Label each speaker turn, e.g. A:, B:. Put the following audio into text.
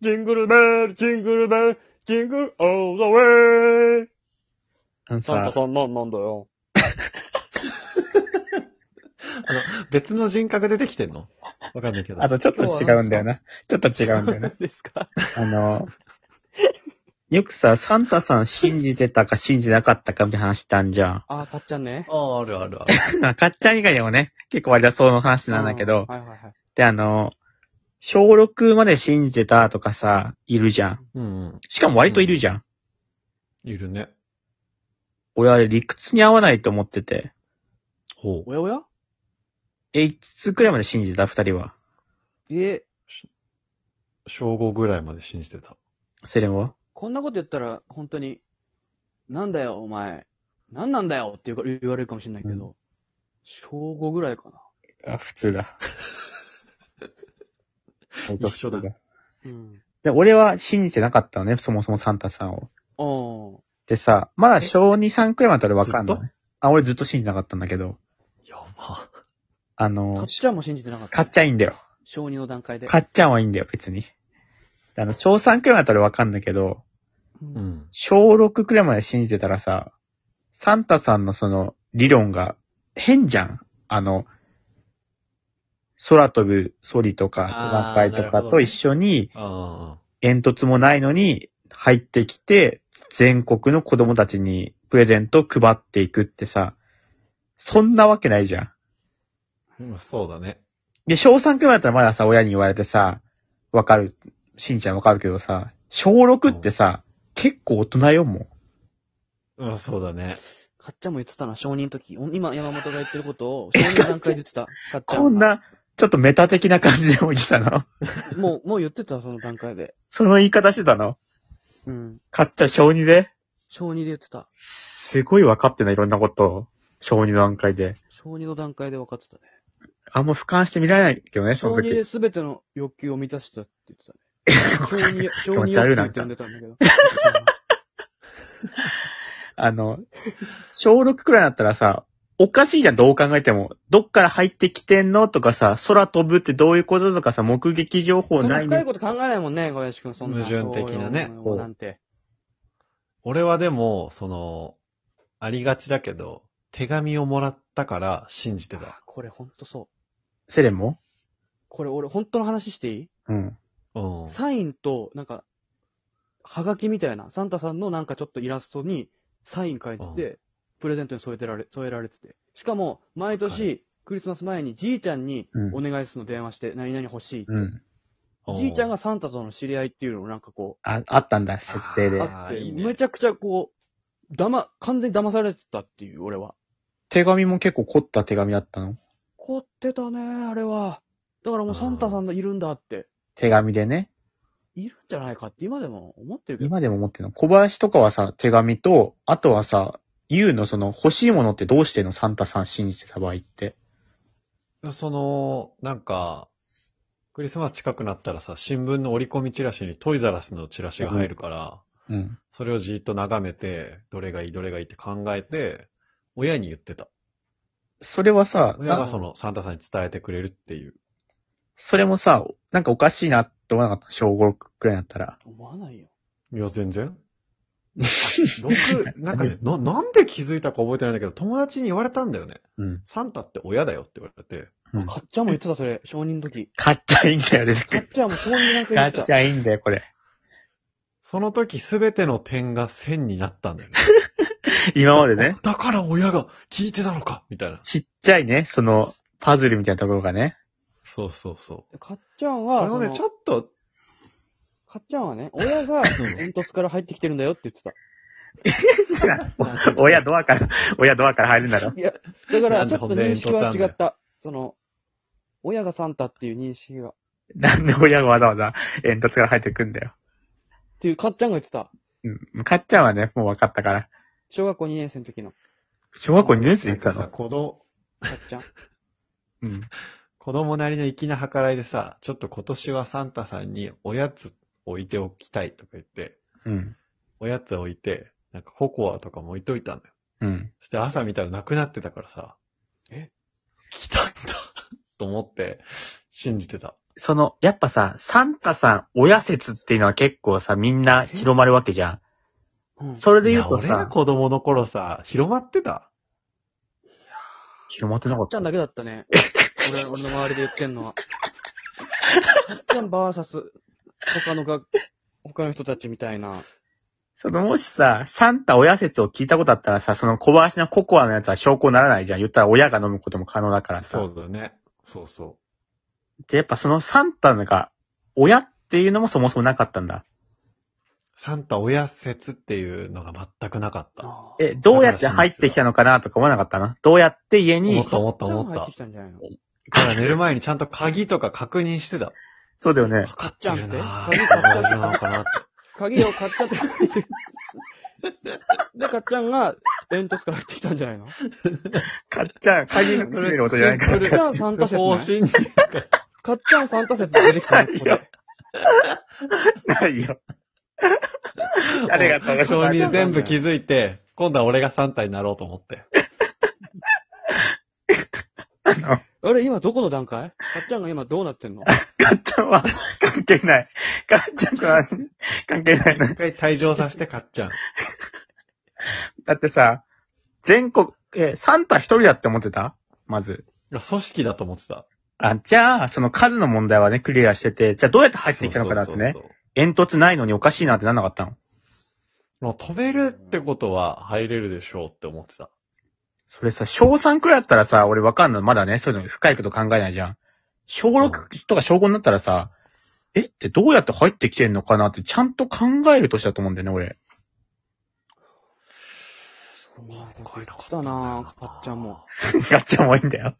A: ジングルベル、ジングルベル、ジングルオーザウェイ。
B: あの
A: サン
B: さ
A: タ、さんなんなんだよ。
C: 別の人格出てきてんのわかんないけど。
B: あとちょっと違うんだよな。ちょっと違うんだよな。
A: ですか
B: あの、よくさ、サンタさん信じてたか信じなかったかみたいな話したんじゃん。
A: あー、たっちゃんね。
C: ああ、あるあるある。
B: まあ、かっちゃん以外でもね、結構割とそうの話なんだけど、
A: うんはいはいはい。
B: で、あの、小6まで信じてたとかさ、いるじゃん。
C: うんうん。
B: しかも割といるじゃん。
C: いるね。
B: 俺あれ理屈に合わないと思ってて、
C: ほう。
A: おやおや
B: えいつくらいまで信じてた二人は。
A: え、
C: 小5ぐらいまで信じてた。
B: セレンは
A: こんなこと言ったら、本当に、なんだよ、お前。なんなんだよって言うか言われるかもしれないけど、小5ぐらいかな。
B: あ、普通 だ。
C: 一緒だ
B: 割と普
A: う
B: 通
A: ん。
B: で、俺は信じてなかったのね、そもそもサンタさんを。
A: あー。
B: でさ、まだ小2、3くらいまで俺わかんない
C: ず。
B: あ、俺ずっと信じてなかったんだけど、
C: やば。
B: あ
A: かっ
B: の、
A: ちゃんも信じてなかった。
B: かっちゃんいいんだよ。
A: 小2の段階で。
B: かっちゃんはいいんだよ、別に。あの、小3くらいまで俺わかんないけど、
A: う。
C: うんん。
B: 小6くらいまで信じてたらさ、サンタさんのその理論が変じゃん。あの、空飛ぶソリとか、トナ
C: あー
B: カイと
C: な
B: か
C: るほど
B: と
C: ね
B: 一緒に、
C: あ
B: 煙突もないのに入ってきて、全国の子供たちにプレゼント配っていくってさ、そんなわけないじゃん。
C: あ。まあそうだね。
B: で、小3くらいだったらまださ、親に言われてさ、わかる、しんちゃんわかるけどさ、小6ってさ、結構大人よ、もう。
C: まあそうだね。
A: かっちゃんも言ってたな、小2の時。お今、山本が言ってることを、小2の段階で言 ってた。かっちゃんは。
B: こんな、ちょっとメタ的な感じでも言ってたの
A: もう、もう言ってた、その段階で。
B: その言い方してたの
A: うん。
B: かっちゃん小2で
A: 小2で言ってた。
B: すごい分かってない、いろんなことを。小2の段階で。
A: 小2の段階で分かってたね。
B: あんま俯瞰して見られないけどね、そ
A: 小
B: の
A: 2
B: 時。
A: で全ての欲求を満たしたって言ってた ね。小2、小
B: 気持
A: 2
B: ち悪
A: 欲求
B: いな
A: って呼んでたん だけど。
B: あの、小6くらいだったらさ、おかしいじゃん、どう考えても。どっから入ってきてんのとかさ、空飛ぶってどういうこととかさ、目撃情報
A: そんな
B: ないの
A: 深いこと考えないもんね、小林くん。そんな。
C: 矛盾的なね
A: そうなんて。
C: 俺はでも、その、ありがちだけど、手紙をもらったから信じて
A: あ
C: た。
A: これほんとそう。
B: セレンも
A: これ俺本当の話していい
B: うん。
C: うん。
A: サインと、なんか、はがきみたいな、サンタさんのなんかちょっとイラストにサイン書いてて、プレゼントに添えてられ、添えられてて。しかも、毎
C: は
A: 年、クリスマス前にじいちゃんに
B: うん
A: お願いするの電話して、何々欲しいって。
B: うん。
C: う
A: じいちゃんが、サンタとの知り合いっていうのをなんかこ
B: あ、あったんだ、設定
A: う、
B: で
C: あ。
A: あって、
C: いいね
A: めちゃくちゃこう、だま、完全に騙されてたっていう、俺は。
B: 手紙も結構凝った手紙だったの
A: 凝ってたね、あれは。だからもうサンタさんのいるんだって、
B: 手紙でね。
A: いるんじゃないかって今でも思ってるけど。
B: 今でも思ってるの。小林とかはさ、手紙と、あとはさ、ユウのその欲しいものってどうしてんのサンタさん信じてた場合って。
C: その、なんか、クリスマス近くなったらさ、新聞の折り込みチラシにトイザラスのチラシが入るから、
B: うん。
C: それをじーっと眺めて、どれがいいどれがいいって考えて、親に言ってた。
B: それはさ、
C: 親
B: な
C: がそのサンタさんに伝えてくれるっていう。
B: それもさ、なんかおかしいなって思わなかった。小5くらいになったら。
A: 思わないよ。
C: いや、全 然。僕、なんかね、な、なんで気づいたか覚えてないんだけど、友達に言われたんだよね。
B: うん。
C: サンタって親だよって言われて。
B: うん
A: かっちゃんも言ってた、それ、承認の時。
B: 買っちゃいいんだよ、出て
A: か
B: く
A: っ
B: る。
A: ちゃんも承認なんか言
B: 買
A: っ
B: ってち
A: た。
B: ゃいいんだよ、これ。
C: その時すべての点が線になったんだよね。
B: 今までね。
C: だから親が聞いてたのかみたいな。
B: ちっちゃいね、その、パズルみたいなところがね。
C: そうそうそう。
A: かっちゃん
C: こ
A: は、
C: れも
A: そ
C: ね、
A: の
C: ちょっと、
A: かっちゃんはね、親 が煙突から入ってきてるんだよって言ってた。
B: 親ドアから、親ドアから入るんだろ。
A: いや、だからちょっと
C: なんで
A: 認識は
C: 煙
A: 違
C: 突なん
A: っ
C: だ
A: た。その、親がサンタっていう認識が。っ
B: なんで親がわざわざ煙突から入ってくんだよ。
A: ていう、かっちゃんが言ってた。
B: うん。買っちゃんはね、もう分かったから。
A: 小学校2年生の時の、
B: 小学校2年生
C: な
B: で
C: ん
B: した
C: か
B: の
C: さ、子供、
A: かっちゃん。
B: うん。
C: 子供なりの粋な計らいでさ、ちょっと今年はサンタさんにおやつ置いておきたいとか言って、
B: うん。
C: おやつ置いて、なんかココアとかも置いといたんだよ。
B: うん。
C: そして朝見たらなくなってたからさ。
A: え
C: 来たんだと思って、信じてた。
B: その、やっぱさ、サンタさん親説っていうのは結構さ、みんな広まるわけじゃ
A: うん
B: ん。それで
C: い
B: 言う
C: や、
B: と
C: 俺ら
B: さ、
C: 子供の頃さ、広まってた
B: 広まってなかっ
A: ちゃ
B: た
A: ん。だけだったね。俺、俺の周りで言ってんのは。さっちゃんバーサス、他のが、他の人たちみたいな。
B: その、もしさ、サンタ親説を聞いたことあったらさ、その小林のココアのやつは証拠にならないじゃん。言ったら親が飲むことも可能だからさ。
C: そうだね。そうそ
B: で、やっぱそのサンタのが、親っていうのもそもそもなかったんだ。
C: う。サンタ親説っていうのが全くなかった。
B: え、どうやって入ってきたのかなとか思わなかったな。どうやって家
C: 思
B: に
C: っ、た思った
A: ちゃん
C: 思
A: も
C: っ
A: 入ってき。
C: た
A: たんじゃないの
C: だから寝る前にちゃんと鍵とか確認してた。
B: そうだよね。
A: かっちゃんって
C: な
A: 鍵買っちゃ
C: 大
A: っ
C: 丈
A: た
C: 夫なのかなって。
A: 鍵を買っちゃって入ってきた。で、かっちゃんが煙突から入ってきたんじゃないの
B: かっちゃん、鍵閉める音じゃないか
A: そ
B: ら
A: れ。じゃあサンタ説
C: 方
A: ね。
C: 針に
A: かっちゃんサンタ説出てきたのここ
B: いや
A: で。
B: ないよ。誰が正しい
C: 承認全部気づいて、今度は俺がサンタになろうと思 って。
A: あれ、今どこの段階かっちゃんが今どうなってん の
B: かっちゃんは関係ない。かっちゃんとは関係ないな
C: 一。回退場させて、かっちゃん。
B: だってさ、全国、え、サンタ一人だって思ってたまず。
C: 組織だと思ってた。
B: あ、じゃあ、その数の問題はね、クリアしてて、じゃあどうやって入ってきたのかなってね
C: そ。うそうそう
B: 煙突ないのにおかしいなってなんなかったの
C: そう。もう飛べるってことは入れるでしょうって思ってた。
B: それさ、小3くらいだったらさ、俺わかんない。まだね、そういうの深いこと考えないじゃん。小6とか小5になったらさ、えってどうやって入ってきてんのかなってちゃんと考える年だと思うんだよね、俺。
A: 考えなかったなかっちゃんも。
B: ガッチャもいいんだよ。